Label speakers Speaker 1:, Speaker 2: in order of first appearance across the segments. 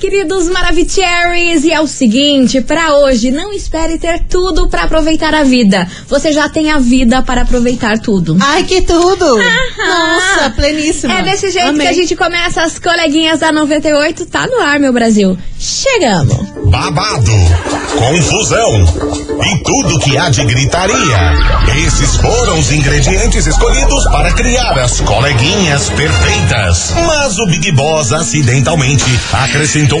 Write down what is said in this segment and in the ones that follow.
Speaker 1: queridos Maravicheries, e é o seguinte, para hoje, não espere ter tudo para aproveitar a vida. Você já tem a vida para aproveitar tudo.
Speaker 2: Ai, que tudo! Nossa, pleníssima.
Speaker 1: É desse jeito
Speaker 2: Amei.
Speaker 1: que a gente começa as coleguinhas da 98, tá no ar, meu Brasil. Chegamos.
Speaker 3: babado, confusão e tudo que há de gritaria. Esses foram os ingredientes escolhidos para criar as coleguinhas perfeitas. Mas o Big Boss acidentalmente acrescentou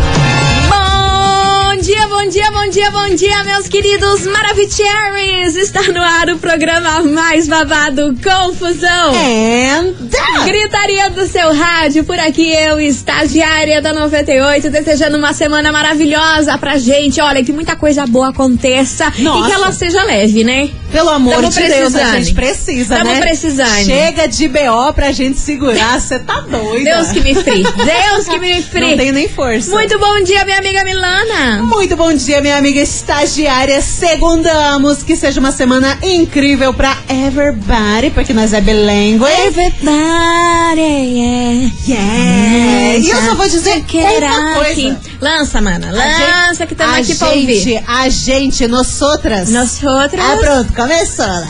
Speaker 1: Bom dia, bom dia, bom dia, bom dia, meus queridos Maravicheries. Está no ar o programa mais babado, Confusão.
Speaker 2: And...
Speaker 1: Gritaria do seu rádio, por aqui eu, estagiária da 98, desejando uma semana maravilhosa pra gente. Olha, que muita coisa boa aconteça e
Speaker 2: Nossa.
Speaker 1: que ela seja leve, né?
Speaker 2: Pelo amor
Speaker 1: Tamo
Speaker 2: de Deus, a
Speaker 1: precisando.
Speaker 2: gente precisa,
Speaker 1: Tamo
Speaker 2: né?
Speaker 1: precisando.
Speaker 2: Chega de BO pra gente segurar, você tá doida.
Speaker 1: Deus que me free, Deus que me free.
Speaker 2: Não tem nem força.
Speaker 1: Muito bom dia, minha amiga Milana.
Speaker 2: Muito bom dia, minha amiga estagiária. Segundamos que seja uma semana incrível pra everybody, porque nós é bilingue.
Speaker 1: Everybody, yeah.
Speaker 2: Yeah. É, E eu só vou dizer
Speaker 1: que
Speaker 2: uma coisa.
Speaker 1: Lança, mana, lança que estamos
Speaker 2: a
Speaker 1: aqui
Speaker 2: gente,
Speaker 1: pra ouvir.
Speaker 2: A gente, nós outras.
Speaker 1: Nós outras.
Speaker 2: Ah, pronto, começou. né?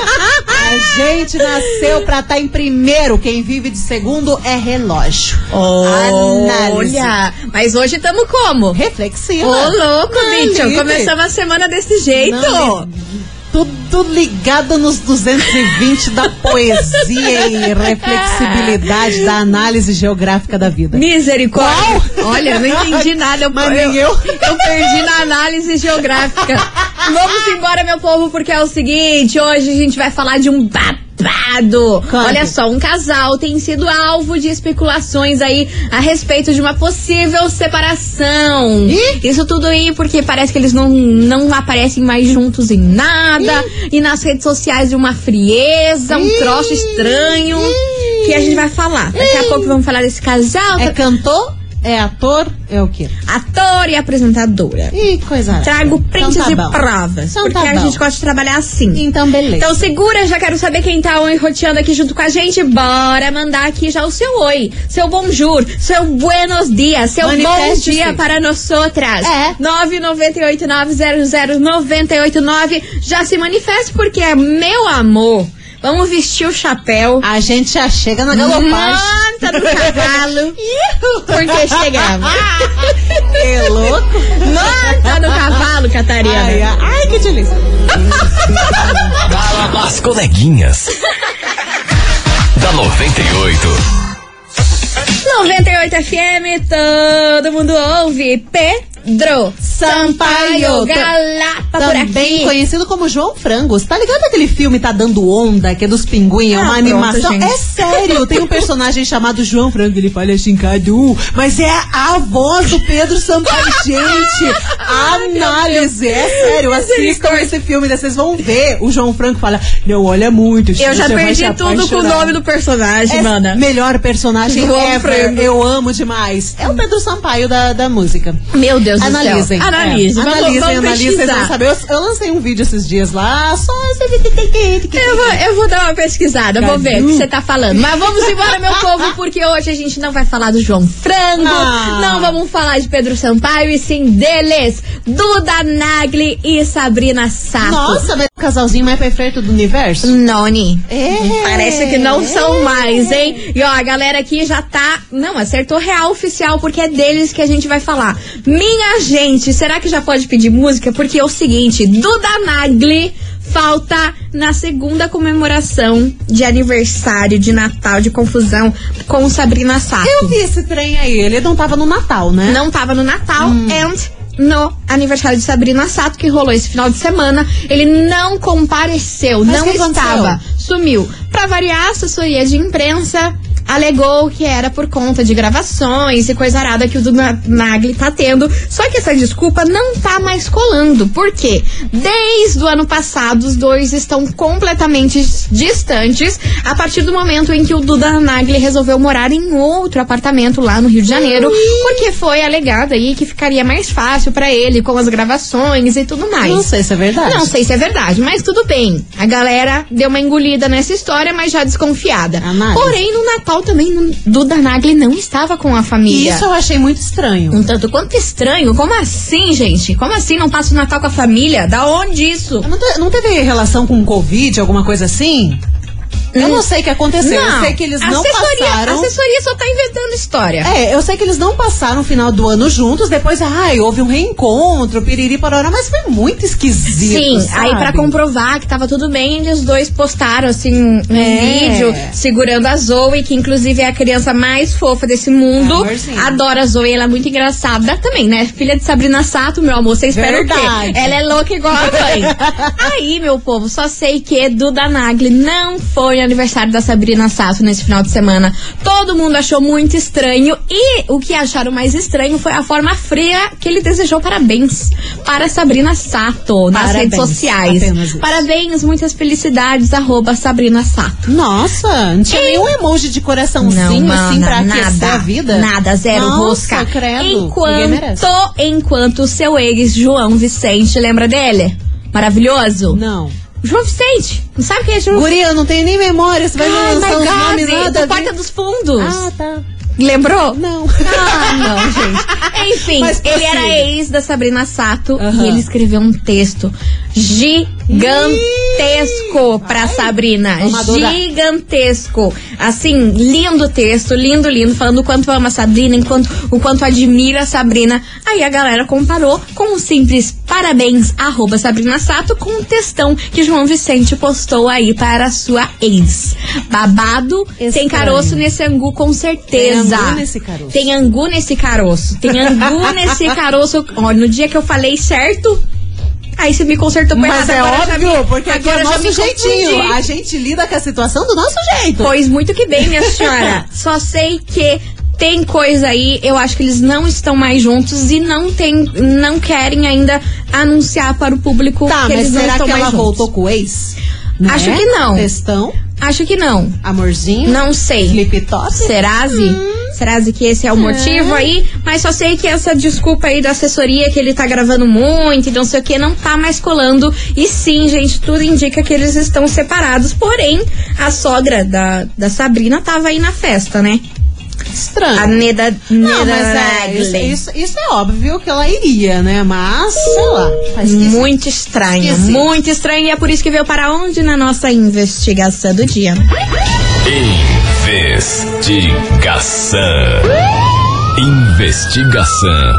Speaker 2: a gente nasceu pra estar em primeiro. Quem vive de segundo é relógio. Análise.
Speaker 1: Olha, mas hoje estamos como? Ô,
Speaker 2: Reflexiva.
Speaker 1: louco, Mitchell.
Speaker 2: livre.
Speaker 1: Começamos a semana desse jeito.
Speaker 2: Não, Tudo ligado nos 220 da poesia e reflexibilidade da análise geográfica da vida.
Speaker 1: Misericórdia. Olha, eu não entendi nada. Eu,
Speaker 2: Mas nem eu.
Speaker 1: eu perdi na análise geográfica. Vamos embora, meu povo, porque é o seguinte: hoje a gente vai falar de um babado.
Speaker 2: Claro.
Speaker 1: Olha só, um casal tem sido alvo de especulações aí a respeito de uma possível separação. Isso tudo aí porque parece que eles não, não aparecem mais juntos em nada. E nas redes sociais uma frieza, um troço estranho. Que a gente vai falar. Daqui a pouco vamos falar desse casal.
Speaker 2: É cantor? É ator? É o quê?
Speaker 1: ator e apresentadora.
Speaker 2: Ih, coisa
Speaker 1: Trago
Speaker 2: arada.
Speaker 1: prints
Speaker 2: Então tá
Speaker 1: e
Speaker 2: bom.
Speaker 1: provas.
Speaker 2: Então
Speaker 1: porque
Speaker 2: tá
Speaker 1: a
Speaker 2: bom.
Speaker 1: gente gosta de trabalhar assim.
Speaker 2: Então, beleza.
Speaker 1: Então segura, já quero saber quem tá enroteando aqui junto com a gente. Bora mandar aqui já o seu oi, seu bonjour, seu buenos dias, seu bom
Speaker 2: Manifeste-se.
Speaker 1: dia para nós outras.
Speaker 2: É.
Speaker 1: 998900989. Já se manifeste porque é meu amor. Vamos vestir o chapéu.
Speaker 2: A gente já chega na galopagem.
Speaker 1: Manta do cavalo. porque chegamos.
Speaker 2: É louco?
Speaker 1: Manta tá do cavalo, Catarina.
Speaker 2: Ai, ai, ai, que delícia.
Speaker 4: As coleguinhas. da 98.
Speaker 1: 98 FM, todo mundo ouve. Pedro Sampaio
Speaker 2: Sampaio,
Speaker 1: Galapa por
Speaker 2: Também
Speaker 1: aqui.
Speaker 2: conhecido como João Frangos. Tá ligado aquele filme Tá Dando Onda, que é dos pinguim, é
Speaker 1: Ah,
Speaker 2: uma
Speaker 1: pronto,
Speaker 2: animação?
Speaker 1: gente.
Speaker 2: É sério, tem um personagem chamado João Frango, ele fala chincadu, mas é a voz do Pedro Sampaio. Gente, análise, é sério, assistam esse filme, né? vocês vão ver. O João Franco fala, não olha muito,
Speaker 1: Eu já
Speaker 2: você vai
Speaker 1: perdi
Speaker 2: se
Speaker 1: tudo com o
Speaker 2: apaixonar."
Speaker 1: nome do personagem,
Speaker 2: É
Speaker 1: mana.
Speaker 2: Melhor personagem
Speaker 1: João
Speaker 2: ever.
Speaker 1: Frango.
Speaker 2: Eu amo demais. É o Pedro Sampaio da, da música.
Speaker 1: Meu Deus
Speaker 2: Analisem.
Speaker 1: do céu. Analisem.
Speaker 2: É.
Speaker 1: Vamos-
Speaker 2: Analisem,
Speaker 1: vamos
Speaker 2: analisem. vocês
Speaker 1: pesquisar.
Speaker 2: vão saber. Eu, eu lancei um vídeo esses dias lá, só assim,
Speaker 1: Eu vou, eu vou dar uma pesquisada, vou ver o que você tá falando. Mas vamos embora, meu povo, porque hoje a gente não vai falar do João Frango,
Speaker 2: Ah.
Speaker 1: não vamos falar de Pedro Sampaio, e sim deles, Duda Nagli e Sabrina Sato.
Speaker 2: Nossa, mas o casalzinho mais perfeito do universo.
Speaker 1: Noni.
Speaker 2: É.
Speaker 1: Hum, Parece que não são mais, hein? E ó, a galera aqui já tá. Não, acertou real oficial, porque é deles que a gente vai falar. Minha gente, será que já pode pedir música? Porque é o seguinte: Duda Nagli falta na segunda comemoração de aniversário de Natal de confusão com Sabrina Sato.
Speaker 2: Eu vi esse trem aí. Ele não tava no Natal, né?
Speaker 1: Não tava no Natal
Speaker 2: Hum.
Speaker 1: and no aniversário de Sabrina Sato, que rolou esse final de semana. Ele não compareceu,
Speaker 2: Mas o
Speaker 1: não
Speaker 2: que aconteceu?
Speaker 1: estava. Sumiu. Pra variar, a assessoria de imprensa alegou que era por conta de gravações e coisa arada que o Duna Nagli tá tendo. Só que essa desculpa não tá mais colando. Por quê? Desde o ano passado, os dois estão completamente distantes a partir do momento em que o Duda Nagli resolveu morar em outro apartamento lá no Rio de Janeiro, porque foi alegado aí que ficaria mais fácil pra ele com as gravações e tudo mais.
Speaker 2: Não sei se é verdade.
Speaker 1: Não sei se é verdade, mas tudo bem. A galera deu uma engolida nessa história, mas já desconfiada.
Speaker 2: Análise.
Speaker 1: Porém, no Natal também, no- Duda Nagli não estava com a
Speaker 2: E
Speaker 1: família.
Speaker 2: isso eu achei muito estranho.
Speaker 1: Um tanto quanto estranho. Como assim, gente? Como assim não passa o Natal com a família? Da onde isso?
Speaker 2: Não, te- não teve relação com o Covid, alguma coisa assim? Eu não sei o que aconteceu. eu sei que eles não
Speaker 1: Hum. assessoria,
Speaker 2: passaram.
Speaker 1: assessoria só tá inventando história.
Speaker 2: É, eu sei que eles não passaram o final do ano juntos, depois, ai, houve um reencontro, piriri, parora, mas foi muito esquisito.
Speaker 1: Sim,
Speaker 2: sabe?
Speaker 1: aí pra comprovar que tava tudo bem, eles dois postaram assim um
Speaker 2: É.
Speaker 1: vídeo segurando a Zoe, que inclusive é a criança mais fofa desse mundo.
Speaker 2: Amorzinho.
Speaker 1: Adoro a Zoe, ela é muito engraçada também, né? Filha de Sabrina Sato, meu amor, você espera o
Speaker 2: Verdade.
Speaker 1: quê? Ela é louca igual a mãe. aí, meu povo, só sei que Duda Nagli não foi no aniversário da Sabrina Sato nesse final de semana. Todo mundo achou muito estranho e o que acharam mais estranho foi a forma fria que ele desejou parabéns para Sabrina Sato nas
Speaker 2: Parabéns,
Speaker 1: redes sociais.
Speaker 2: apenas isso.
Speaker 1: Parabéns, muitas felicidades, arroba Sabrina Sato.
Speaker 2: Nossa, não tinha nenhum emoji de coraçãozinho assim pra aquecer
Speaker 1: nada,
Speaker 2: a vida?
Speaker 1: nada, zero
Speaker 2: Nossa,
Speaker 1: rosca.
Speaker 2: credo. Ninguém merece.
Speaker 1: Enquanto, enquanto o seu ex, João Vicente, lembra dele? Maravilhoso?
Speaker 2: Não.
Speaker 1: João Vicente, não sabe quem é João Vicente?
Speaker 2: Guria, eu não tenho nem memória, você vai me
Speaker 1: Ai,
Speaker 2: lançar
Speaker 1: my
Speaker 2: os
Speaker 1: God,
Speaker 2: nomes, nada.
Speaker 1: do
Speaker 2: a ver.
Speaker 1: Porta dos Fundos.
Speaker 2: Ah, tá.
Speaker 1: Lembrou?
Speaker 2: Não.
Speaker 1: Ah, não, gente. Enfim,
Speaker 2: Mas
Speaker 1: ele
Speaker 2: prossiga.
Speaker 1: era ex da Sabrina Sato
Speaker 2: Aham.
Speaker 1: e ele escreveu um texto gigantesco pra Sabrina.
Speaker 2: amadora.
Speaker 1: Gigantesco. Assim, lindo texto, lindo, lindo, falando o quanto ama a Sabrina, enquanto, o quanto admira a Sabrina. Aí a galera comparou com um simples parabéns, arroba Sabrina Sato, com um textão que João Vicente postou aí para sua ex. Babado, tem
Speaker 2: Estranho.
Speaker 1: caroço nesse angu com certeza.
Speaker 2: Tem
Speaker 1: Exato.
Speaker 2: angu nesse caroço.
Speaker 1: Tem angu nesse caroço. Tem angu nesse caroço. Olha, no dia que eu falei certo, aí você me consertou com
Speaker 2: Mas
Speaker 1: errado.
Speaker 2: é
Speaker 1: Agora já
Speaker 2: óbvio,
Speaker 1: me-
Speaker 2: porque aqui é
Speaker 1: agora
Speaker 2: o
Speaker 1: já
Speaker 2: nosso
Speaker 1: me
Speaker 2: jeitinho.
Speaker 1: confundi.
Speaker 2: A gente lida com a situação do nosso jeito.
Speaker 1: Pois muito que bem, minha senhora. Só sei que tem coisa aí, eu acho que eles não estão mais juntos e não tem, não querem ainda anunciar para o público
Speaker 2: Tá,
Speaker 1: que
Speaker 2: mas
Speaker 1: eles não
Speaker 2: será
Speaker 1: estão
Speaker 2: que
Speaker 1: mais
Speaker 2: ela
Speaker 1: juntos.
Speaker 2: voltou com o ex? Né?
Speaker 1: Acho que não.
Speaker 2: Testão,
Speaker 1: Acho que não.
Speaker 2: amorzinho,
Speaker 1: Não sei.
Speaker 2: flip top.
Speaker 1: Serazi?
Speaker 2: Hum.
Speaker 1: Serazi que esse é o motivo aí? Mas só sei que essa desculpa aí da assessoria que ele tá gravando muito e não sei o que, não tá mais colando. E sim, gente, tudo indica que eles estão separados. Porém, a sogra da, da Sabrina tava aí na festa, né?
Speaker 2: Estranho.
Speaker 1: A Neda, Neda
Speaker 2: Não, mas é,
Speaker 1: Nagli.
Speaker 2: isso, isso- isso é óbvio que ela iria, né? Mas, sei lá. Faz que-
Speaker 1: Muito estranho,
Speaker 2: Esquisito.
Speaker 1: muito estranho. E é por isso que veio para onde na nossa investigação do dia.
Speaker 4: Investigação. Investigação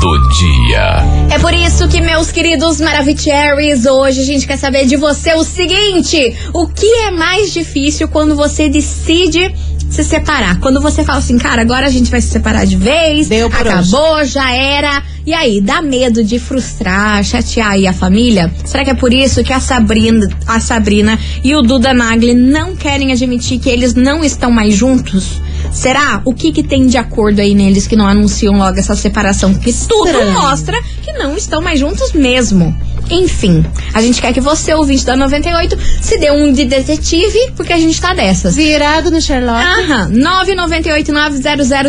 Speaker 4: do dia.
Speaker 1: É por isso que, meus queridos Maravicheries, hoje a gente quer saber de você o seguinte: o que é mais difícil quando você decide se separar? Quando você fala assim, cara, agora a gente vai se separar de vez,
Speaker 2: Deu por
Speaker 1: acabou, já era. E aí, dá medo de frustrar, chatear aí a família? Será que é por isso que a Sabrina, a Sabrina e o Duda Nagli não querem admitir que eles não estão mais juntos? Será? O que que tem de acordo aí neles que não anunciam logo essa separação? Que tudo
Speaker 2: Estranho.
Speaker 1: mostra mostra que não estão mais juntos mesmo. Enfim, a gente quer que você, ouvinte da 98, se dê um de detetive, porque a gente tá dessas.
Speaker 2: Virado no Sherlock.
Speaker 1: Aham,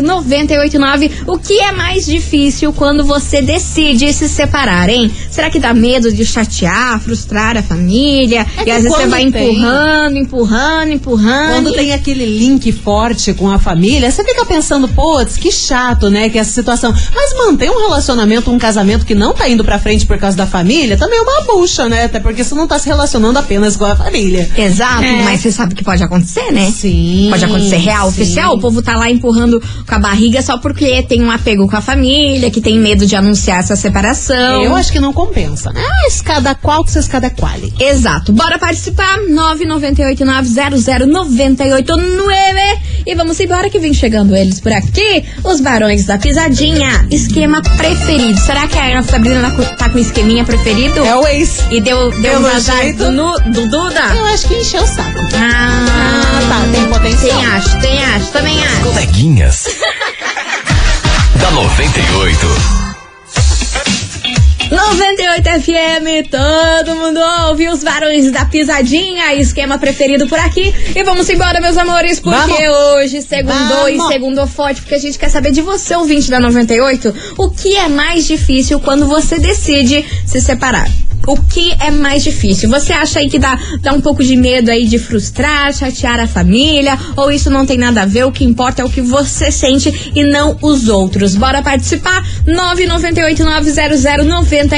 Speaker 1: 998900989. O que é mais difícil quando você decide se separar, hein? Será que dá medo de chatear, frustrar a família?
Speaker 2: É
Speaker 1: e
Speaker 2: que
Speaker 1: às vezes você
Speaker 2: quando
Speaker 1: vai
Speaker 2: tem-
Speaker 1: empurrando, empurrando, empurrando.
Speaker 2: Quando tem aquele link forte com a família, você fica pensando, putz, que chato, né, que essa situação. Mas manter um relacionamento, um casamento que não tá indo pra frente por causa da família, também é uma bucha, né? Até porque você não tá se relacionando apenas com a família.
Speaker 1: Exato, mas você sabe que pode acontecer, né?
Speaker 2: É. Sim,
Speaker 1: Pode acontecer real,
Speaker 2: sim.
Speaker 1: oficial. O povo tá lá empurrando com a barriga só porque tem um apego com a família, que tem medo de anunciar essa separação.
Speaker 2: Eu acho que não compensa, né? Mas cada qual que vocês cada quale.
Speaker 1: Exato. Bora participar? 998900989. E vamos embora que vem chegando eles por aqui. Os Barões da Pisadinha. Esquema preferido. Será que a Ana Sabrina tá com- tá com esqueminha preferido? marido.
Speaker 2: É o ex.
Speaker 1: E deu, deu
Speaker 2: Pelo
Speaker 1: um azar
Speaker 2: jeito-
Speaker 1: do, nu- do Duda?
Speaker 2: Eu acho que encheu o saco.
Speaker 1: Ah,
Speaker 2: Ah, tá, tem potencial.
Speaker 1: Tem acho, tem acho, também acho.
Speaker 4: Coleguinhas. da 98.
Speaker 1: 98 FM, todo mundo ouve os barulhos da pisadinha, esquema preferido por aqui. E vamos embora, meus amores, porque
Speaker 2: Vamos.
Speaker 1: hoje, segundou e
Speaker 2: Vamos.
Speaker 1: segundou forte, porque a gente quer saber de você, ouvinte da 98, o que é mais difícil quando você decide se separar. O que é mais difícil? Você acha aí que dá, dá um pouco de medo aí de frustrar, chatear a família, ou isso não tem nada a ver? O que importa é o que você sente e não os outros. Bora participar? 998-900-989.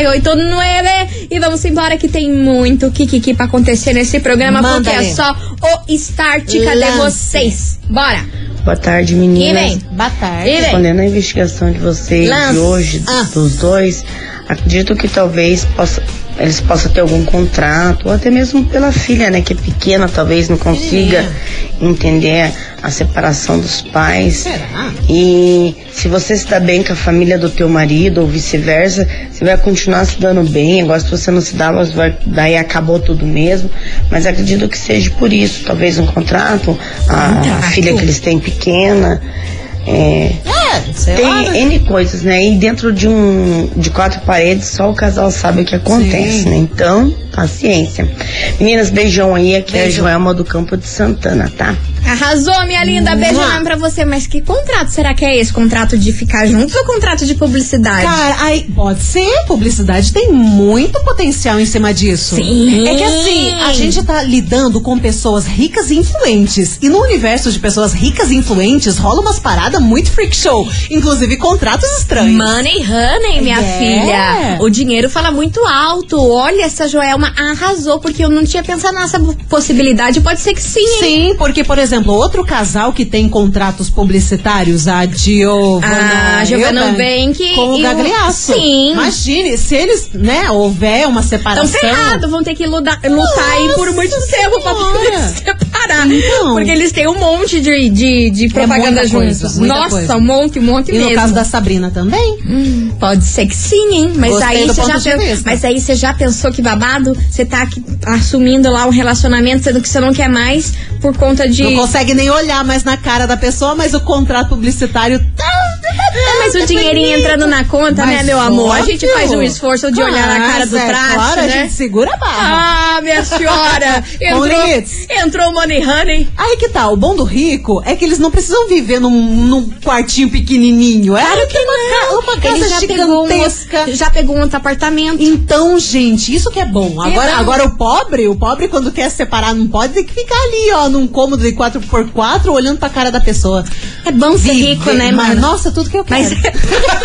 Speaker 1: E vamos embora que tem muito kikiki pra acontecer nesse programa,
Speaker 2: Manda
Speaker 1: porque é
Speaker 2: aí.
Speaker 1: só o start. Cadê
Speaker 2: Lance.
Speaker 1: vocês? Bora!
Speaker 5: Boa tarde,
Speaker 1: E
Speaker 5: meninas.
Speaker 1: vem!
Speaker 2: Boa tarde.
Speaker 1: E vem!
Speaker 5: Respondendo a investigação de vocês
Speaker 1: Lance.
Speaker 5: de hoje,
Speaker 2: Ah.
Speaker 5: dos dois, acredito que talvez possa- eles possam ter algum contrato, ou até mesmo pela filha, né, que é pequena, talvez não consiga entender a separação dos
Speaker 1: É.
Speaker 5: pais.
Speaker 2: Será?
Speaker 5: E se você se dá bem com a família do teu marido ou vice-versa, você vai continuar se dando bem. Agora, se você não se dá, você vai, daí acabou tudo mesmo. Mas acredito que seja por isso. Talvez um contrato,
Speaker 2: Um
Speaker 5: a,
Speaker 1: Contrato?
Speaker 5: a filha que eles têm pequena. É,
Speaker 2: É, sei lá.
Speaker 5: tem
Speaker 2: né?
Speaker 5: N coisas, né? E dentro de um de quatro paredes, só o casal sabe o que acontece,
Speaker 2: Sim.
Speaker 5: né? Então, paciência. Meninas, beijão aí, aqui é a
Speaker 2: Beijo.
Speaker 5: Joelma do Campo de Santana, tá?
Speaker 1: Arrasou, minha linda. Beijo
Speaker 2: é- Mua.
Speaker 1: enorme pra você. Mas que contrato será que é esse? Contrato de ficar juntos ou contrato de publicidade?
Speaker 2: Cara, aí, pode ser, publicidade tem muito potencial em cima disso.
Speaker 1: Sim.
Speaker 2: É que assim, a gente tá lidando com pessoas ricas e influentes. E no universo de pessoas ricas e influentes rola umas paradas muito freak show. Inclusive contratos estranhos.
Speaker 1: Money honey, minha
Speaker 2: É.
Speaker 1: filha. O dinheiro fala muito alto. Olha, essa Joelma arrasou, porque eu não tinha pensado nessa possibilidade. Pode ser que sim, hein?
Speaker 2: Sim, porque, por exemplo, outro casal que tem contratos publicitários, a Giovanna,
Speaker 1: Ah, A Giovanna Eubank
Speaker 2: com
Speaker 1: e
Speaker 2: o
Speaker 1: o-
Speaker 2: Gagliasso.
Speaker 1: Sim.
Speaker 2: Imagine, se eles, né, houver uma separação...
Speaker 1: Estão ferrados, vão ter que lutar, lutar aí por muito
Speaker 2: Nossa
Speaker 1: tempo pra poder
Speaker 2: Senhora.
Speaker 1: se separar.
Speaker 2: Então. É
Speaker 1: Porque eles têm um monte de, de, de propaganda
Speaker 2: muita coisa,
Speaker 1: juntos.
Speaker 2: muita
Speaker 1: Nossa,
Speaker 2: coisa.
Speaker 1: um monte, um monte
Speaker 2: E
Speaker 1: mesmo.
Speaker 2: no caso da Sabrina também.
Speaker 1: Hum, pode ser que sim, hein? Mas
Speaker 2: Gostei
Speaker 1: aí
Speaker 2: do
Speaker 1: você
Speaker 2: ponto
Speaker 1: já
Speaker 2: de
Speaker 1: pen-
Speaker 2: vista.
Speaker 1: Mas aí você já pensou que babado? Você tá aqui assumindo lá um relacionamento, sendo que você não quer mais por conta de.
Speaker 2: Não consegue nem olhar mais na cara da pessoa, mas o contrato publicitário tá.
Speaker 1: Ah, mas o dinheirinho entrando na conta, né,
Speaker 2: Mas
Speaker 1: meu amor? A
Speaker 2: óbvio.
Speaker 1: gente faz um esforço de olhar na
Speaker 2: Mas
Speaker 1: cara do
Speaker 2: é
Speaker 1: traste,
Speaker 2: claro, a
Speaker 1: né?
Speaker 2: gente segura a barra.
Speaker 1: Ah, minha senhora!
Speaker 2: limites.
Speaker 1: entrou, entrou o Money Honey.
Speaker 2: Aí que tá, o bom do rico é que eles não precisam viver num, num quartinho pequenininho. É claro que uma, ca- uma casa
Speaker 1: Ele já pegou, um,
Speaker 2: gigantesca.
Speaker 1: já pegou um outro apartamento.
Speaker 2: Então, gente, isso que é bom. Agora,
Speaker 1: Então.
Speaker 2: agora o pobre, o pobre quando quer se separar não pode, tem que ficar ali, ó, num cômodo de 4x4, olhando pra cara da pessoa.
Speaker 1: É bom ser
Speaker 2: Vive,
Speaker 1: rico, né,
Speaker 2: mas,
Speaker 1: mano?
Speaker 2: Nossa, tudo que eu quero.
Speaker 1: Mas, é-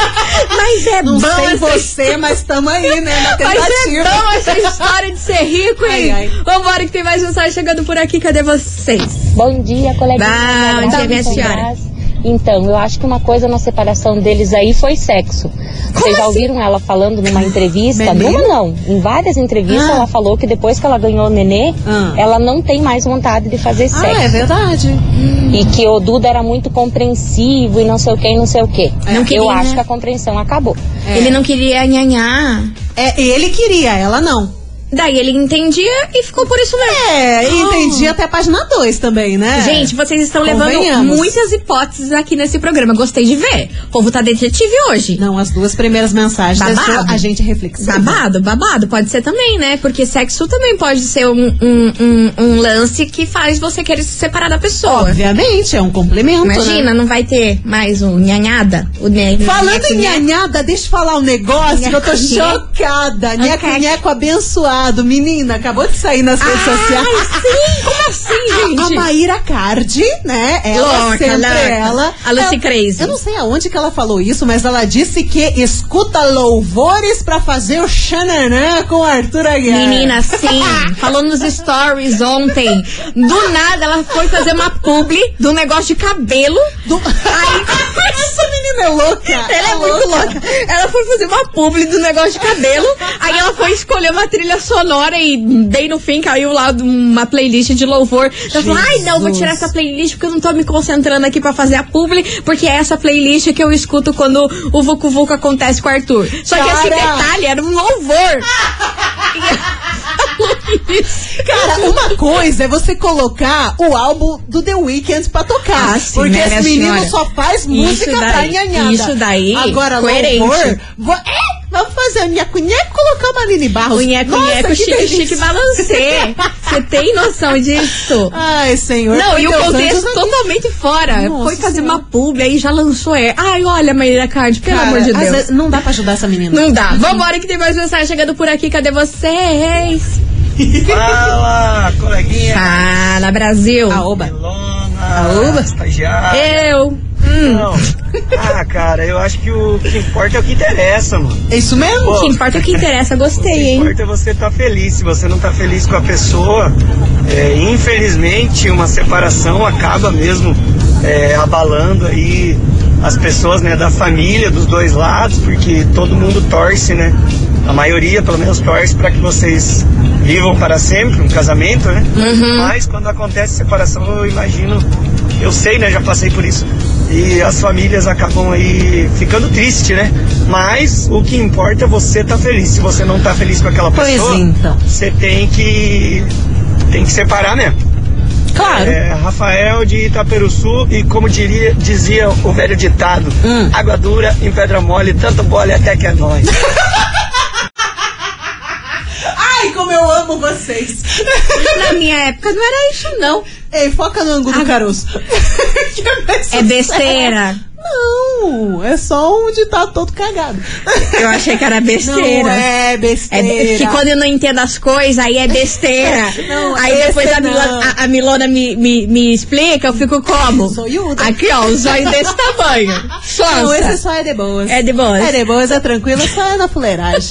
Speaker 1: mas é
Speaker 2: não
Speaker 1: bom
Speaker 2: sei
Speaker 1: essa
Speaker 2: você, mas tamo aí, né, na
Speaker 1: Mas
Speaker 2: tentativa.
Speaker 1: então, essa história de ser rico,
Speaker 2: Ai,
Speaker 1: hein?
Speaker 2: ai.
Speaker 1: Vambora que tem mais mensagem chegando por aqui. Cadê vocês?
Speaker 6: Bom dia, coleguinha.
Speaker 1: Bom dia, minha senhora.
Speaker 6: Então, eu acho que uma coisa na separação deles aí foi sexo. Vocês já ouviram ela falando numa entrevista?
Speaker 2: Menino?
Speaker 6: Numa não. Em várias entrevistas
Speaker 2: Ah.
Speaker 6: ela falou que depois que ela ganhou o nenê,
Speaker 2: Ah.
Speaker 6: ela não tem mais vontade de fazer sexo.
Speaker 2: Ah, é verdade.
Speaker 6: E que o Duda era muito compreensivo e não sei o que, e não sei o que.
Speaker 1: Não queria,
Speaker 6: eu acho
Speaker 1: né?
Speaker 6: que a compreensão acabou.
Speaker 2: É.
Speaker 1: Ele não queria nhanhá.
Speaker 2: É, ele queria, ela não.
Speaker 1: Daí ele entendia e ficou por isso mesmo. Ah.
Speaker 2: É, e entendi até a página 2 também, né?
Speaker 1: Gente, vocês estão levando
Speaker 2: Convenhamos.
Speaker 1: muitas hipóteses aqui nesse programa. Gostei de ver. O povo tá detetive hoje.
Speaker 2: Não, as duas primeiras mensagens
Speaker 1: Babado.
Speaker 2: deixou a gente reflexiva.
Speaker 1: Babado, babado, pode ser também, né? Porque sexo também pode ser um, um, um- um lance que faz você querer se separar da pessoa.
Speaker 2: Obviamente, é um complemento, né?
Speaker 1: Imagina, não vai ter mais um nhanhada? O nhe-
Speaker 2: Falando em
Speaker 1: nheco-nheco.
Speaker 2: nhanhada, deixa eu falar um negócio que eu tô chocada. Nheco-nheco abençoado. Menina, acabou de sair nas redes
Speaker 1: assim, ah,
Speaker 2: sociais.
Speaker 1: Sim, como assim,
Speaker 2: A
Speaker 1: gente?
Speaker 2: Maíra Cardi, né? Ela
Speaker 1: Louca, é
Speaker 2: sempre é
Speaker 1: louca.
Speaker 2: ela.
Speaker 1: A Lucy
Speaker 2: Ela-
Speaker 1: Crazy.
Speaker 2: Eu não sei aonde que ela falou isso, mas ela disse que escuta louvores pra fazer o xananã com Arthur Aguiar.
Speaker 1: Menina, sim. Falou nos stories ontem. Do nada, ela foi fazer uma publi do negócio de cabelo.
Speaker 2: Do- Essa menina é louca.
Speaker 1: Ela é muito louca. Ela foi fazer uma publi do negócio de cabelo. Aí ela foi escolher uma trilha sonora e bem no fim caiu lá de uma playlist de louvor. Ela falou: ai não, vou tirar essa playlist porque eu não tô me concentrando aqui pra fazer a publi, porque é essa playlist que eu escuto quando o Vucu Vucu acontece com o Arthur. Só que esse
Speaker 2: Cara.
Speaker 1: detalhe era um louvor.
Speaker 2: Cara, uma coisa é você colocar o álbum do The Weeknd pra tocar.
Speaker 1: Ah, sim,
Speaker 2: porque
Speaker 1: né, minha
Speaker 2: esse menino
Speaker 1: senhora?
Speaker 2: só faz música
Speaker 1: Isso
Speaker 2: pra
Speaker 1: daí,
Speaker 2: nhanhada.
Speaker 1: isso daí,
Speaker 2: Agora,
Speaker 1: coerente.
Speaker 2: louvor... Vou, é, vamos fazer o nheco nheco e colocar uma Aline Barros.
Speaker 1: Cunheco,
Speaker 2: Nossa,
Speaker 1: cunheco,
Speaker 2: que
Speaker 1: é chique,
Speaker 2: delícia.
Speaker 1: chique, balancê. Você tem noção disso?
Speaker 2: Ai, senhor.
Speaker 1: Não, e o
Speaker 2: Deus,
Speaker 1: contexto
Speaker 2: anjos-
Speaker 1: totalmente fora.
Speaker 2: Nossa
Speaker 1: Foi fazer
Speaker 2: Senhora.
Speaker 1: uma publi, aí já lançou é. Ai, olha, Maíra Card, pelo
Speaker 2: Cara,
Speaker 1: amor de
Speaker 2: às
Speaker 1: Deus.
Speaker 2: vezes não dá pra ajudar essa menina.
Speaker 1: Não dá. Vambora que tem mais mensagem chegando por aqui. Cadê vocês?
Speaker 7: Fala, coleguinha.
Speaker 1: Fala, Brasil.
Speaker 2: A oba.
Speaker 7: Lona.
Speaker 2: Aúba.
Speaker 7: Estagiário.
Speaker 1: Eu.
Speaker 7: Não. Ah, cara, eu acho que o que importa é o que interessa, mano.
Speaker 2: É isso mesmo?
Speaker 1: O que importa é o que interessa.
Speaker 7: O
Speaker 1: Gostei,
Speaker 7: que
Speaker 1: hein?
Speaker 7: importa é você estar feliz. Se você não tá feliz com a pessoa, é, infelizmente uma separação acaba mesmo é, abalando aí as pessoas, né, da família, dos dois lados, porque todo mundo torce, né? A maioria, pelo menos, torce para que vocês vivam para sempre, um casamento, né? Mas quando acontece separação, eu imagino, eu sei, né? Já passei por isso. E as famílias acabam aí ficando triste, né? Mas o que importa é você tá feliz. Se você não tá feliz com aquela
Speaker 2: Pois
Speaker 7: pessoa,
Speaker 2: então.
Speaker 7: você tem que tem que separar mesmo.
Speaker 2: Claro.
Speaker 7: É, Rafael de Itaperuçu e como diria, dizia o velho ditado,
Speaker 2: Hum.
Speaker 7: água dura em pedra mole, tanto mole até que é nóis.
Speaker 2: Ai, como eu amo vocês.
Speaker 1: Na minha época não era isso, não.
Speaker 2: Ei, foca no ângulo do caroço. Que mais
Speaker 1: É besteira.
Speaker 2: Não, é só um ditado todo cagado.
Speaker 1: Eu achei que era besteira.
Speaker 2: Não é
Speaker 1: É
Speaker 2: besteira.
Speaker 1: be- que quando eu não entendo as coisas, aí é besteira.
Speaker 2: Não,
Speaker 1: aí
Speaker 2: é
Speaker 1: depois
Speaker 2: besteira,
Speaker 1: a, Mila-
Speaker 2: não.
Speaker 1: a- a Milona me, me, me explica, eu fico como?
Speaker 2: Zoiuda.
Speaker 1: Aqui, ó, os olhos desse tamanho.
Speaker 2: Não, esse
Speaker 1: Sonsa.
Speaker 2: só é de boas.
Speaker 1: É de boas.
Speaker 2: É de boas, é tranquilo, só é na fuleiragem.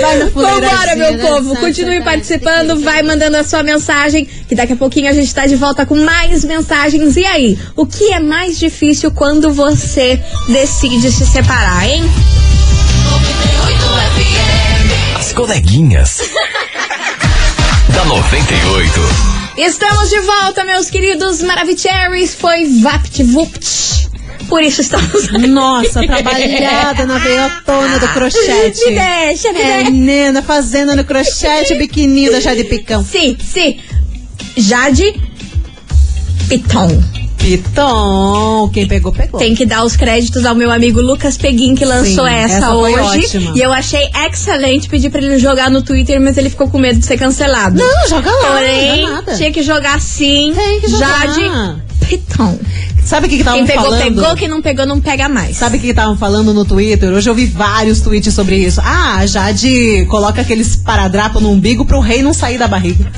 Speaker 2: Vai na fuleiragem. né, Tá.
Speaker 1: Vambora, meu povo. Continue participando, vai mandando a sua mensagem, que daqui a pouquinho a gente tá de volta com mais mensagens. E aí, o que é mais difícil quando você decide se separar, hein?
Speaker 4: As coleguinhas. da 98.
Speaker 1: Estamos de volta, meus queridos Maravicheries. Foi Vapt Vupt. Por isso estamos aqui.
Speaker 2: Nossa, trabalhada na veiotona do crochete.
Speaker 1: Me deixa, me
Speaker 2: É,
Speaker 1: deixa.
Speaker 2: nena, fazendo no crochete o biquininho da Jade Picão.
Speaker 1: Sim, sim. Jade Piton.
Speaker 2: Piton, quem pegou, pegou.
Speaker 1: Tem que dar os créditos ao meu amigo Lucas Peguin, que lançou
Speaker 2: Sim,
Speaker 1: essa,
Speaker 2: essa foi
Speaker 1: hoje.
Speaker 2: ótima.
Speaker 1: E eu achei excelente. Pedi pra ele jogar no Twitter, mas ele ficou com medo de ser cancelado.
Speaker 2: Não, joga lá,
Speaker 1: Porém,
Speaker 2: não dá nada.
Speaker 1: tinha que jogar sim.
Speaker 2: Tem que jogar.
Speaker 1: Jade Piton.
Speaker 2: Sabe o que que estavam
Speaker 1: Quem pegou,
Speaker 2: falando?
Speaker 1: pegou. Quem não pegou, não pega mais.
Speaker 2: Sabe o que estavam falando no Twitter? Hoje eu vi vários tweets sobre isso. Ah, a Jade coloca aqueles paradrapos no umbigo pro rei não sair da barriga.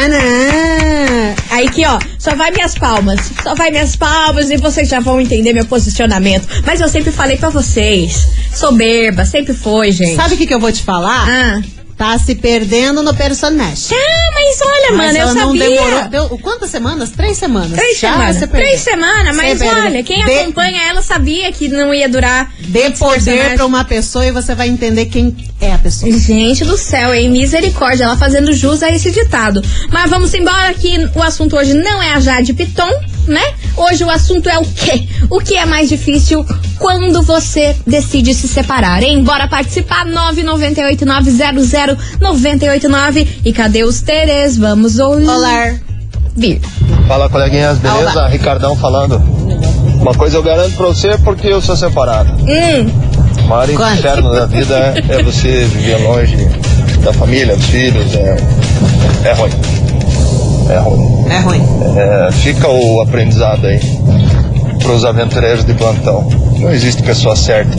Speaker 2: Xananã!
Speaker 1: Aí que, ó, só vai minhas palmas. Só vai minhas palmas e vocês já vão entender meu posicionamento. Mas eu sempre falei pra vocês. Soberba, sempre foi, gente.
Speaker 2: Sabe o que, que eu vou te falar?
Speaker 1: Ah.
Speaker 2: Tá se perdendo no personagem.
Speaker 1: Ah, mas olha,
Speaker 2: Mas
Speaker 1: mano, eu
Speaker 2: ela não
Speaker 1: sabia.
Speaker 2: demorou. Deu quantas semanas? Três semanas.
Speaker 1: Três
Speaker 2: Já
Speaker 1: semanas.
Speaker 2: se perdeu.
Speaker 1: Três semanas,
Speaker 2: Se
Speaker 1: mas
Speaker 2: perdeu.
Speaker 1: olha, quem
Speaker 2: Dê-
Speaker 1: acompanha ela sabia que não ia durar.
Speaker 2: Dê poder
Speaker 1: personagem.
Speaker 2: pra uma pessoa e você vai entender quem é a pessoa.
Speaker 1: Gente do céu, hein? Misericórdia, ela fazendo jus a esse ditado. Mas vamos embora que o assunto hoje não é a Jade Piton, né? Hoje o assunto é o quê? O que é mais difícil quando você decide se separar, hein? Bora participar, 998-900-989. E cadê os Teres? Vamos ouvir.
Speaker 2: Olá.
Speaker 1: Vir.
Speaker 8: Fala coleguinhas, beleza? Ricardão falando. Uma coisa eu garanto pra você porque eu sou separado.
Speaker 1: Hum,
Speaker 8: O maior
Speaker 2: Quanto?
Speaker 8: inferno da vida é, é você viver longe da família, dos filhos. É, é ruim. É ruim.
Speaker 2: É ruim.
Speaker 8: É, fica o aprendizado aí pros aventureiros de plantão. Não existe pessoa certa.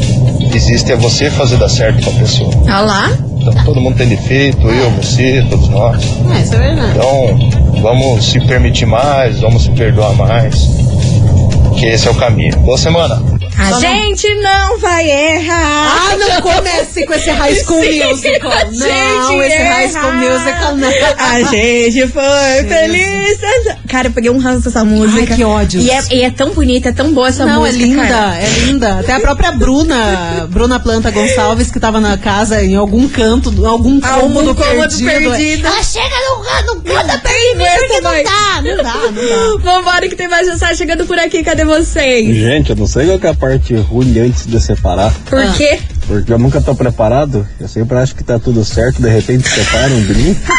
Speaker 8: Existe é você fazer dar certo com a pessoa.
Speaker 1: olha lá.
Speaker 8: Então todo mundo tem defeito, eu, você, todos nós.
Speaker 2: É, isso é verdade.
Speaker 8: Então, vamos se permitir mais, vamos se perdoar mais. Que esse é o caminho. Boa semana.
Speaker 1: A gente não vai
Speaker 2: Ah,
Speaker 1: errar.
Speaker 2: não comece com esse High School
Speaker 1: Sim,
Speaker 2: Musical.
Speaker 1: a gente
Speaker 2: Não, esse High School
Speaker 1: erra.
Speaker 2: Musical não.
Speaker 1: A gente foi feliz. Cara, eu peguei um ranço dessa música.
Speaker 2: Ai, que ódio.
Speaker 1: E é, e é tão bonita, é tão boa essa
Speaker 2: Não, é
Speaker 1: música.
Speaker 2: linda,
Speaker 1: cara.
Speaker 2: é linda. Até a própria Bruna, Bruna Planta Gonçalves, que tava na casa em algum canto, em algum cômodo perdido.
Speaker 1: Ela chega no canto, canta perdido que não
Speaker 2: Ah, não dá, não dá.
Speaker 1: Vambora que tem mais mensagem chegando por aqui, cadê vocês?
Speaker 9: Gente, eu não sei qual que é a parte ruim antes de separar.
Speaker 2: Ah.
Speaker 1: Por quê?
Speaker 9: Porque eu nunca tô preparado, eu sempre acho que tá tudo certo, de repente separa um brinco.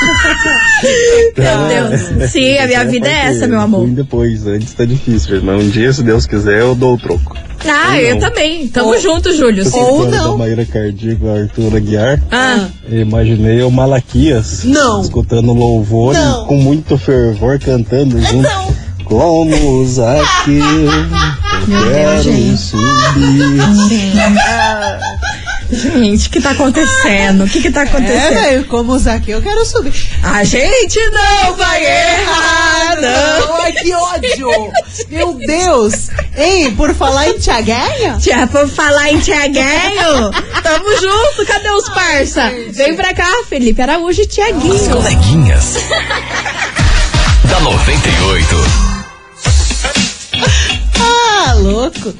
Speaker 1: Meu Deus. Sim, a minha vida é essa, meu amor.
Speaker 9: Ruim Depois, antes tá difícil, mas um dia, se Deus quiser, eu dou o troco.
Speaker 1: Ah, eu também. Tamo junto, Júlio. Sim.
Speaker 2: Ou
Speaker 9: Fora
Speaker 2: não.
Speaker 9: da Maíra Cardíaco, Arthur Aguiar.
Speaker 1: Ah,
Speaker 9: Eu Imaginei o Malaquias
Speaker 2: Não.
Speaker 9: escutando louvor
Speaker 2: Não. Ah,
Speaker 9: e com muito fervor cantando junto. Como os aqui eu quero subir.
Speaker 1: gente, o que tá acontecendo? O que que tá
Speaker 2: É,
Speaker 1: acontecendo?
Speaker 2: velho, como o Zaqueu, eu quero subir.
Speaker 1: A gente não vai
Speaker 2: Ah,
Speaker 1: errar, não.
Speaker 2: não! Ai, que ódio! Meu Deus! Ei, por falar em Tiaguinha?
Speaker 1: Tia, por falar em Tiaguinho, tamo junto, cadê os parça? Vem pra cá, Felipe Araújo e Tiaguinho.
Speaker 4: Coleguinhas. da 98.
Speaker 2: Ah, louco!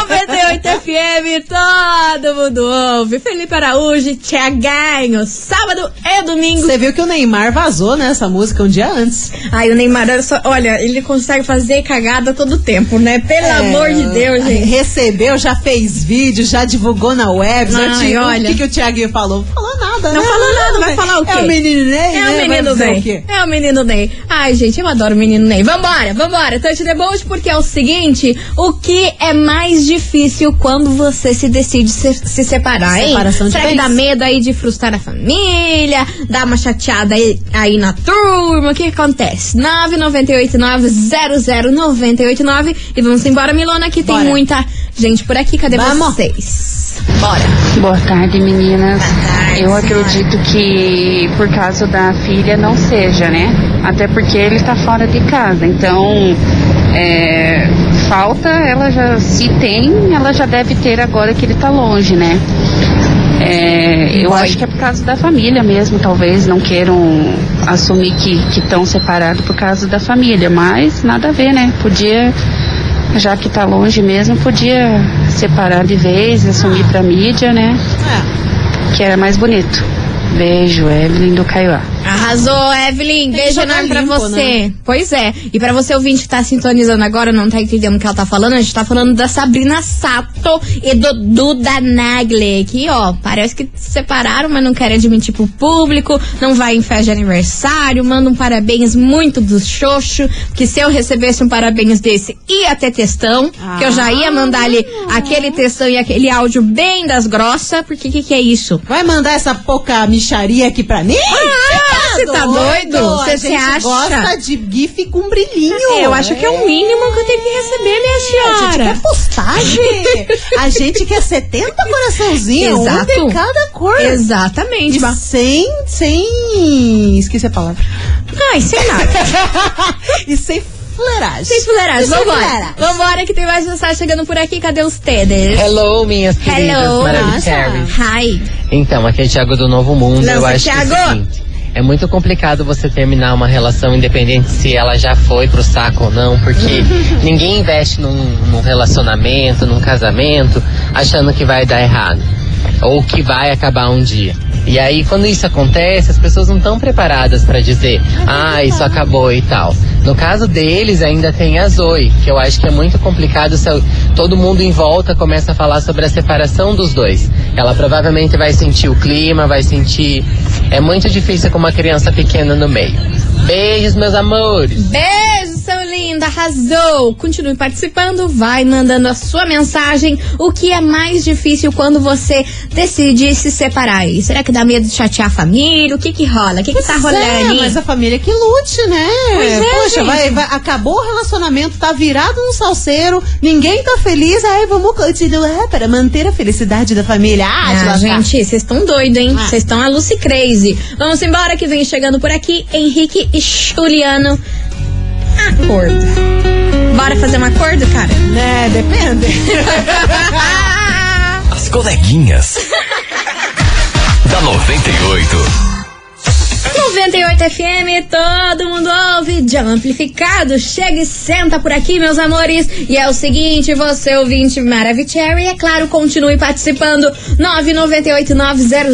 Speaker 1: 98 FM, todo mundo ouve. Felipe Araújo, Tiaguinho, sábado e domingo.
Speaker 2: Você viu que o Neymar vazou, né, essa música um dia antes.
Speaker 1: Ai, o Neymar, olha só- olha, ele consegue fazer cagada todo tempo, né? Pelo
Speaker 2: É.
Speaker 1: amor de Deus, gente.
Speaker 2: Recebeu, já fez vídeo, já divulgou na web. já
Speaker 1: Ai,
Speaker 2: tirou- O
Speaker 1: olha.
Speaker 2: que, que o Tiaguinho falou? Não falou nada,
Speaker 1: Não
Speaker 2: né?
Speaker 1: falou nada, vai
Speaker 2: né?
Speaker 1: falar o quê?
Speaker 2: É o menino Ney, né?
Speaker 1: É o
Speaker 2: Vai
Speaker 1: menino
Speaker 2: dizer o
Speaker 1: Ney.
Speaker 2: quê?
Speaker 1: É o menino Ney. Ai, gente, eu adoro o menino Ney. Vambora, vambora. Touch the boat, porque é o seguinte: o que é mais difícil quando você se decide se, se separar, hein?
Speaker 2: Separação de
Speaker 1: Será que
Speaker 2: bens.
Speaker 1: dá medo aí de frustrar a família? Dá uma chateada aí, aí na turma? O que, que acontece? 998900989. E vamos embora, Milona, que tem
Speaker 2: Bora.
Speaker 1: muita gente por aqui. Cadê
Speaker 2: Vamos.
Speaker 1: vocês? Bora.
Speaker 6: Boa tarde, meninas. Eu acredito que por causa da filha não seja, né? Até porque ele tá fora de casa. Então, é, falta, ela já se tem, ela já deve ter agora que ele tá longe, né? É, eu acho que é por causa da família mesmo, talvez não queiram assumir que estão separados por causa da família, mas nada a ver, né? Podia, já que tá longe mesmo, podia separar de vez, assumir pra mídia, né?
Speaker 2: É.
Speaker 6: que era mais bonito. Beijo, Evelyn do Caiuá.
Speaker 1: Arrasou, Evelyn.
Speaker 2: que
Speaker 1: Beijo
Speaker 2: jogar
Speaker 1: enorme pra
Speaker 2: limpo, né?
Speaker 1: você. Pois é. E pra você ouvinte que tá sintonizando agora, não tá entendendo o que ela tá falando, a gente tá falando da Sabrina Sato e do Duda Nagli. Que, ó, parece que se separaram, mas não quer admitir pro público, não vai em festa de aniversário, manda um parabéns muito do Xoxo, que se eu recebesse um parabéns desse, ia ter textão, que eu já ia mandar ali
Speaker 2: Ah.
Speaker 1: aquele textão e aquele áudio bem das grossas, porque o que que é isso?
Speaker 2: Vai mandar essa pouca micharia aqui pra mim?
Speaker 1: Ah, você tá doido?
Speaker 2: A
Speaker 1: Você se
Speaker 2: gente
Speaker 1: acha?
Speaker 2: gosta de gif com brilhinho.
Speaker 1: Eu acho que é o mínimo que eu tenho que receber, minha
Speaker 2: A gente
Speaker 1: senhora.
Speaker 2: quer postagem. A gente quer 70 coraçãozinhos, um
Speaker 1: Exato.
Speaker 2: de cada cor.
Speaker 1: Exatamente.
Speaker 2: E sem, sem... Esqueci a palavra.
Speaker 1: Ai, sem nada.
Speaker 2: e sem fleragem.
Speaker 1: Vocês fuleiragens,
Speaker 2: Sem
Speaker 1: vambora.
Speaker 2: fuleiragem.
Speaker 1: Vambora que tem mais mensagem chegando por aqui. Cadê os teders?
Speaker 10: Hello, minhas queridas
Speaker 1: Hello.
Speaker 10: maravilhosas.
Speaker 1: Hi.
Speaker 10: Então, aqui é Thiago do Novo Mundo.
Speaker 1: Lança,
Speaker 10: eu acho que é, o
Speaker 1: Thiago!
Speaker 10: seguinte, é muito complicado você terminar uma relação independente se ela já foi pro saco ou não, porque ninguém investe num, num relacionamento, num casamento, achando que vai dar errado ou que vai acabar um dia. E aí, quando isso acontece, as pessoas não estão preparadas pra dizer, ah, isso acabou e tal. No caso deles, ainda tem a Zoe, que eu acho que é muito complicado se todo mundo em volta começa a falar sobre a separação dos dois. Ela provavelmente vai sentir o clima, vai sentir. É muito difícil com uma criança pequena no meio. Beijos, meus amores!
Speaker 1: Beijo, seu lindo, arrasou! Continue participando, vai mandando a sua mensagem. O que é mais difícil quando você decide se separar? E será que dá medo de chatear a família? O que que rola? O que que tá rolando
Speaker 2: É,
Speaker 1: ali?
Speaker 2: mas a família que lute, né?
Speaker 1: Pois é,
Speaker 2: Poxa,
Speaker 1: gente.
Speaker 2: vai, vai- acabou o relacionamento, tá virado num salseiro, ninguém tá feliz, aí vamos continuar para é, manter a felicidade da família. Ah, de
Speaker 1: Ah,
Speaker 2: lascar.
Speaker 1: gente, vocês estão doidos, hein?
Speaker 2: Ah.
Speaker 1: Vocês estão a Lucy Crazy. Vamos embora que vem chegando por aqui Henrique e Juliano. Acordo. Bora fazer um acordo, cara?
Speaker 2: Né, depende.
Speaker 4: As coleguinhas. da 98.
Speaker 1: 98 FM, todo mundo ouve, de amplificado, chega e senta por aqui, meus amores. E é o seguinte, você ouvinte Maravicherry, é claro, continue participando.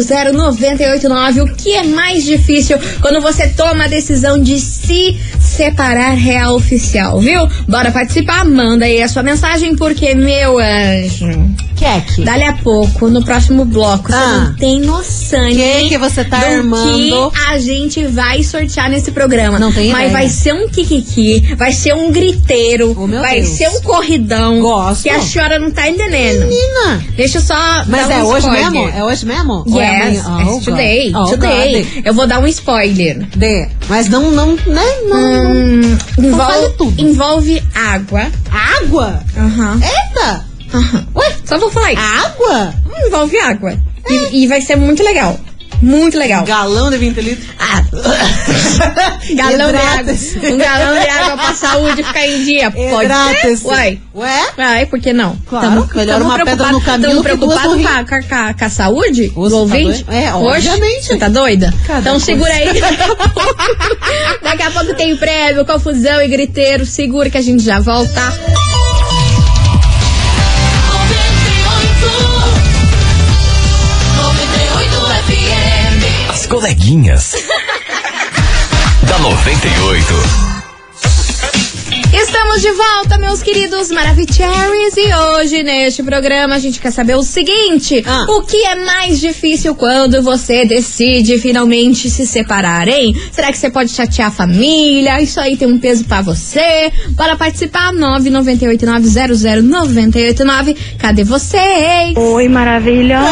Speaker 1: 998900989. O que é mais difícil quando você toma a decisão de se separar real oficial, viu? Bora participar, manda aí a sua mensagem, porque, meu anjo.
Speaker 2: Kek.
Speaker 1: Dali a pouco, no próximo bloco, você
Speaker 2: Ah.
Speaker 1: não tem noção
Speaker 2: Que que você tá
Speaker 1: do
Speaker 2: armando?
Speaker 1: que a gente vai sortear nesse programa.
Speaker 2: Não tem
Speaker 1: Mas
Speaker 2: ideia.
Speaker 1: vai ser um kikiki, vai ser um griteiro,
Speaker 2: Oh, meu
Speaker 1: vai
Speaker 2: Deus.
Speaker 1: ser um corridão.
Speaker 2: Gosto.
Speaker 1: Que a senhora não tá entendendo.
Speaker 2: Menina.
Speaker 1: Deixa eu só
Speaker 2: Mas
Speaker 1: dar
Speaker 2: é
Speaker 1: um
Speaker 2: hoje
Speaker 1: spoiler.
Speaker 2: mesmo? É hoje mesmo? Ou é
Speaker 1: Yes,
Speaker 2: amanhã?
Speaker 1: it's
Speaker 2: Oh,
Speaker 1: today,
Speaker 2: God. Oh,
Speaker 1: today.
Speaker 2: God.
Speaker 1: Eu vou dar um spoiler.
Speaker 2: Dê. Mas não, não, né? Não.
Speaker 1: Hum,
Speaker 2: fale
Speaker 1: envolve,
Speaker 2: tudo.
Speaker 1: envolve água.
Speaker 2: Água?
Speaker 1: Aham.
Speaker 2: Eita!
Speaker 1: Ué, só vou falar isso.
Speaker 2: Água?
Speaker 1: Hum, Envolve água. E, e vai ser muito legal. Muito legal.
Speaker 2: Galão de 20 litros.
Speaker 1: Ah. galão de água.
Speaker 2: Hidrata-se.
Speaker 1: Um galão de água pra saúde ficar em dia. Pode ser?
Speaker 2: Hidrata-se.
Speaker 1: Ué.
Speaker 2: Ué?
Speaker 1: Ai, por que não?
Speaker 2: Claro, melhor uma pedra
Speaker 1: preocupado-
Speaker 2: no caminho
Speaker 1: tamo
Speaker 2: que duas
Speaker 1: preocupado
Speaker 2: no
Speaker 1: com a, com, a- com a- com a saúde
Speaker 2: Ô, você
Speaker 1: do
Speaker 2: tá
Speaker 1: ouvinte?
Speaker 2: doido? É,
Speaker 1: Oxe,
Speaker 2: obviamente.
Speaker 1: Você tá doida?
Speaker 2: Cada
Speaker 1: então
Speaker 2: coisa.
Speaker 1: segura aí. que Daqui a pouco, daqui a pouco tem prêmio, confusão e griteiro. Segura que a gente já volta.
Speaker 4: As coleguinhas. da 98.
Speaker 1: Estamos de volta, meus queridos Maravicheries. E hoje, neste programa, a gente quer saber o seguinte:
Speaker 2: Ah.
Speaker 1: O que é mais difícil quando você decide finalmente se separar, hein? Será que você pode chatear a família? Isso aí tem um peso pra você? Bora participar? 998900989. Cadê você, hein?
Speaker 11: Oi, maravilhosa!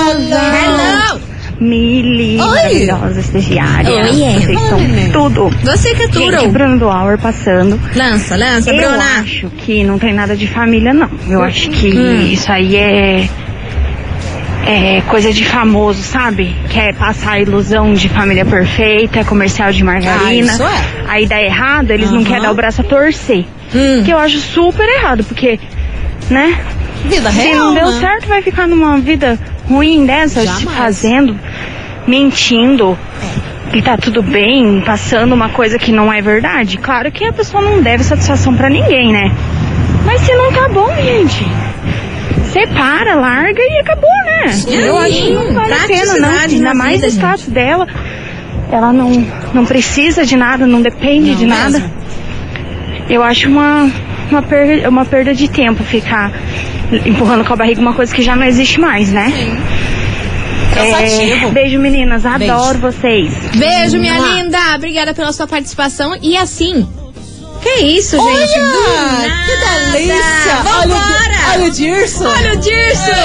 Speaker 1: Hello!
Speaker 11: Mili,
Speaker 2: Oi.
Speaker 11: maravilhosa estagiária.
Speaker 1: Oi, é.
Speaker 11: Vocês
Speaker 2: Oi,
Speaker 11: são
Speaker 2: neném.
Speaker 11: tudo.
Speaker 1: Você que é
Speaker 11: Gente,
Speaker 1: tudo.
Speaker 11: Bruno do Hour passando.
Speaker 1: Lança, lança,
Speaker 11: Eu
Speaker 1: Bruna.
Speaker 11: acho que não tem nada de família, não. Eu acho que isso aí é. É coisa de famoso, sabe? Quer passar a ilusão de família perfeita, comercial de margarina.
Speaker 2: Ah, isso é.
Speaker 11: Aí dá errado, eles não
Speaker 2: Aham.
Speaker 11: querem dar o braço a torcer.
Speaker 1: Hum.
Speaker 11: Que eu acho super Tá errado, porque, né?
Speaker 2: Vida
Speaker 11: Se
Speaker 2: real,
Speaker 11: não deu
Speaker 2: né?
Speaker 11: certo, vai ficar numa vida ruim dessa,
Speaker 2: Jamais.
Speaker 11: se fazendo, mentindo. E tá tudo bem, passando uma coisa que não é verdade. Claro que a pessoa não deve satisfação pra ninguém, né? Mas se não tá bom, gente, separa, larga e acabou, né? Eu acho que não vale a pena, não.
Speaker 1: praticidade na
Speaker 11: Ainda mais
Speaker 1: vida,
Speaker 11: o status dela. Ela não, não precisa de nada, não depende
Speaker 2: Não
Speaker 11: de nada.
Speaker 2: mesmo.
Speaker 11: Eu acho uma, uma, perda, uma perda de tempo ficar empurrando com a barriga uma coisa que já não existe mais, né?
Speaker 2: Cansativo.
Speaker 11: É, beijo, meninas.
Speaker 2: Beijo.
Speaker 11: Adoro vocês.
Speaker 1: Beijo, minha
Speaker 2: Mua.
Speaker 1: linda. Obrigada pela sua participação. E assim. Que isso,
Speaker 2: Olha,
Speaker 1: gente? Do
Speaker 2: que
Speaker 1: nada.
Speaker 2: delícia! Olha, o-
Speaker 1: Vambora!
Speaker 2: olha o Dirson!
Speaker 1: Olha o Dirso!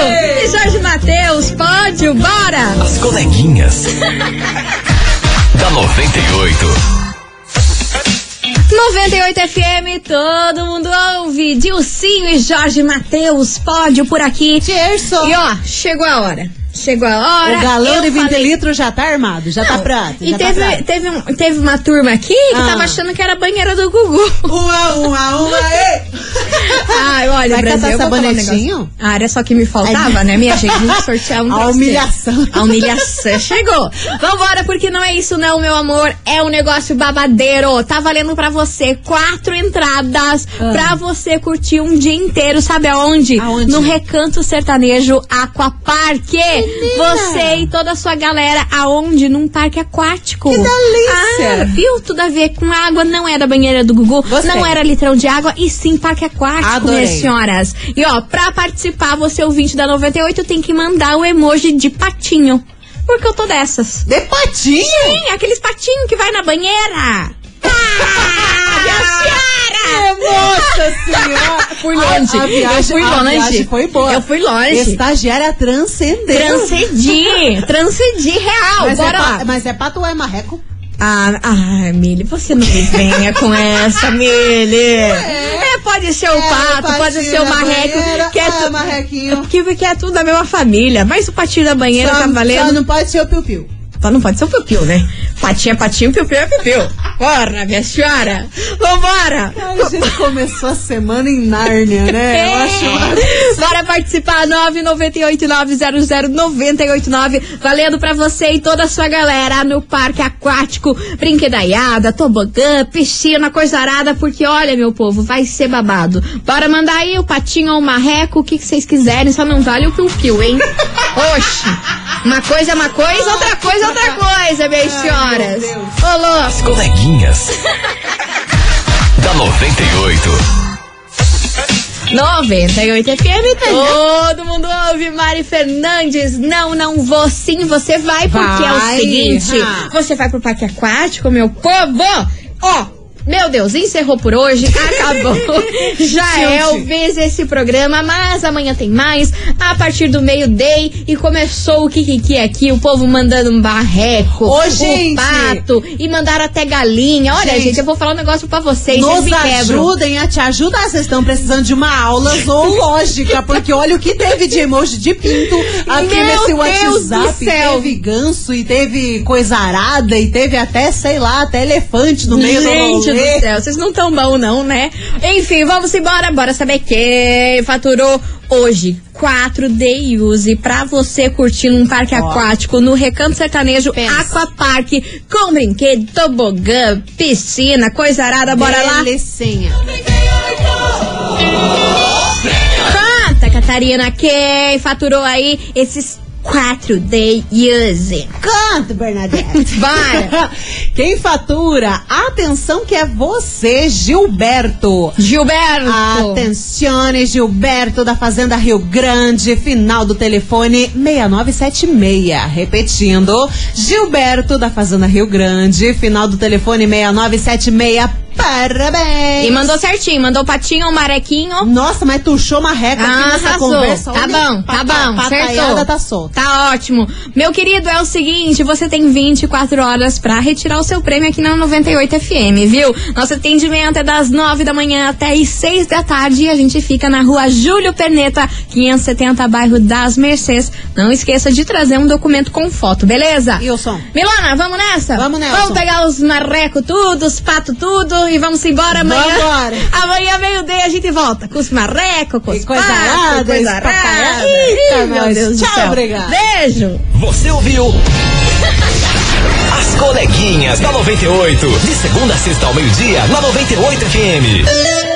Speaker 1: E Jorge Matheus, pódio, bora!
Speaker 4: As coleguinhas. da 98.
Speaker 1: 98 FM, todo mundo ouve. Dilcinho e Jorge Matheus, pódio por aqui.
Speaker 2: Dirson!
Speaker 1: E ó, chegou a hora. Chegou a hora.
Speaker 2: O galão
Speaker 1: Eu
Speaker 2: de 20
Speaker 1: falei-
Speaker 2: litros já tá armado, já tá prato.
Speaker 1: E
Speaker 2: já
Speaker 1: teve,
Speaker 2: Tá prato.
Speaker 1: teve, um- teve uma turma aqui que
Speaker 2: Ah.
Speaker 1: tava achando que era a banheira do Gugu.
Speaker 2: Uma, uma, uma, ei!
Speaker 1: Ai, Ah, olha,
Speaker 2: Vai
Speaker 1: Brasil,
Speaker 2: catar
Speaker 1: eu vou falar um
Speaker 2: sabonetinho?
Speaker 1: negócio. Ah, era só que me faltava,
Speaker 2: Ai.
Speaker 1: né, minha gente? Vamos sortear um
Speaker 2: A
Speaker 1: troço
Speaker 2: humilhação.
Speaker 1: desse. A humilhação chegou. Vambora, porque não é isso não, meu amor. É um negócio babadeiro. Tá valendo pra você quatro entradas pra você curtir um dia inteiro, sabe aonde?
Speaker 2: Ah. Aonde?
Speaker 1: No Recanto Sertanejo Aquaparque. Você e toda a sua galera, aonde? Num parque aquático. Que
Speaker 2: delícia.
Speaker 1: Ah, viu? Tudo a ver com água. Não era banheira do Gugu,
Speaker 2: Gostei.
Speaker 1: não era litrão de água, e sim parque aquático
Speaker 2: Adorei.
Speaker 1: minhas senhoras. E ó, pra participar, você ouvinte da 98 tem que mandar o emoji de patinho. Porque eu tô dessas.
Speaker 2: De patinho?
Speaker 1: Sim, aqueles patinhos que vai na banheira. Ah, minha senhora!
Speaker 2: Nossa senhora!
Speaker 1: Fui longe.
Speaker 2: A, a viagem,
Speaker 1: eu fui
Speaker 2: a
Speaker 1: longe.
Speaker 2: viagem foi boa.
Speaker 1: Eu fui longe.
Speaker 2: Estagiária transcendeu.
Speaker 1: Transcedi. Transcedi real.
Speaker 2: Mas,
Speaker 1: Bora
Speaker 2: é
Speaker 1: lá.
Speaker 2: pa, mas é pato ou é marreco?
Speaker 1: Ah, ah, Mili, você não me venha com essa, Mili. É, pode ser o pato,
Speaker 2: patinho
Speaker 1: pode ser o
Speaker 2: na
Speaker 1: marreco.
Speaker 2: banheira,
Speaker 1: que é
Speaker 2: ah,
Speaker 1: tu-
Speaker 2: marrequinho.
Speaker 1: É porque, porque é tudo da mesma família. Mas o patinho da banheira
Speaker 2: só,
Speaker 1: tá
Speaker 2: só
Speaker 1: valendo.
Speaker 2: não pode ser o piu-piu.
Speaker 1: Só não pode ser o piu-piu, né? Patinho é patinho, piu-piu é piu-piu. Bora, minha senhora. Vambora.
Speaker 2: Cara, a gente começou a semana em Nárnia, né? Eu
Speaker 1: É.
Speaker 2: acho.
Speaker 1: Bora participar, 998900989. Valendo pra você e toda a sua galera no Parque Aquático, Brinquedaiada, Tobogã, Piscina, Coisa Arada, porque olha, meu povo, vai ser babado. Bora mandar aí o patinho ou o marreco, o que que vocês quiserem, só não vale o piu-piu, hein? Oxe, uma coisa é uma coisa, outra coisa é outra coisa, minhas senhoras.
Speaker 2: Deus.
Speaker 1: Ô, louco.
Speaker 4: As coleguinhas. da 98.
Speaker 1: 98 FM,
Speaker 2: tá
Speaker 1: todo mundo ouve. Mari Fernandes, não, não vou sim, você vai, porque é o
Speaker 2: Vai,
Speaker 1: seguinte:
Speaker 2: ha.
Speaker 1: você vai pro parque aquático, meu povo. Ó. Meu Deus, encerrou por hoje, acabou. Já é o vez esse programa, mas amanhã tem mais. A partir do meio-day e começou o Kikiki é aqui, o povo mandando um barreco,
Speaker 2: Ô,
Speaker 1: um
Speaker 2: gente!
Speaker 1: pato e mandaram até galinha. Olha, gente,
Speaker 2: Gente,
Speaker 1: eu vou falar um negócio pra vocês, vocês
Speaker 2: Nos
Speaker 1: me quebram.
Speaker 2: ajudem a te ajudar. Vocês estão precisando de uma aula zoológica, porque olha o que teve de emoji de pinto aqui
Speaker 1: Meu
Speaker 2: nesse
Speaker 1: Deus
Speaker 2: WhatsApp.
Speaker 1: do céu.
Speaker 2: Teve ganso e teve coisa arada e teve até, sei lá, até elefante no meio
Speaker 1: Gente
Speaker 2: do rolê.
Speaker 1: do céu, vocês não tão bom não, né? Enfim, vamos embora, bora saber quem faturou hoje 4 Day Use pra você curtir num parque aquático no Recanto Sertanejo Aquapark com brinquedo, tobogã, piscina, coisa arada, bora lá.
Speaker 2: Delicinha.
Speaker 1: Canta, Catarina, quem faturou aí esses 4 Day Use?
Speaker 2: Canto, Bernadette.
Speaker 1: Bora.
Speaker 2: Quem fatura? Atenção que é você, Gilberto.
Speaker 1: Gilberto.
Speaker 2: Atencione, Gilberto da Fazenda Rio Grande, final do telefone 6976. Repetindo, Gilberto da Fazenda Rio Grande, final do telefone 6976. Parabéns!
Speaker 1: E mandou certinho, mandou patinho, um marequinho.
Speaker 2: Nossa, mas tuchou uma reca aqui nessa
Speaker 1: Ah, Arrasou.
Speaker 2: conversa.
Speaker 1: Tá
Speaker 2: Olha,
Speaker 1: bom, tá
Speaker 2: pata-
Speaker 1: bom,
Speaker 2: Pataiada
Speaker 1: acertou.
Speaker 2: tá solta.
Speaker 1: Tá ótimo. Meu querido, é o seguinte, você tem 24 horas pra retirar o seu prêmio aqui na 98 FM, viu? Nosso atendimento é das 9 da manhã até as 6 da tarde e a gente fica na rua Júlio Perneta, 570, bairro das Mercês. Não esqueça de trazer um documento com foto, beleza?
Speaker 2: E o som?
Speaker 1: Milona, vamos nessa?
Speaker 2: Vamos, Nelson.
Speaker 1: Vamos pegar os marreco tudo, os pato tudo e vamos embora amanhã.
Speaker 2: Vambora.
Speaker 1: Amanhã, meio-dia, a gente volta com os marreco, com
Speaker 2: E
Speaker 1: os
Speaker 2: coisa
Speaker 1: pato,
Speaker 2: arada,
Speaker 1: coisa
Speaker 2: espacaiada.
Speaker 1: arada.
Speaker 2: Eita,
Speaker 1: Ih, meu
Speaker 2: nós.
Speaker 1: Deus do
Speaker 2: Tchau,
Speaker 1: céu.
Speaker 2: obrigada.
Speaker 1: Beijo.
Speaker 4: Você ouviu? As coleguinhas da 98. De segunda a sexta ao meio-dia, na 98 FM.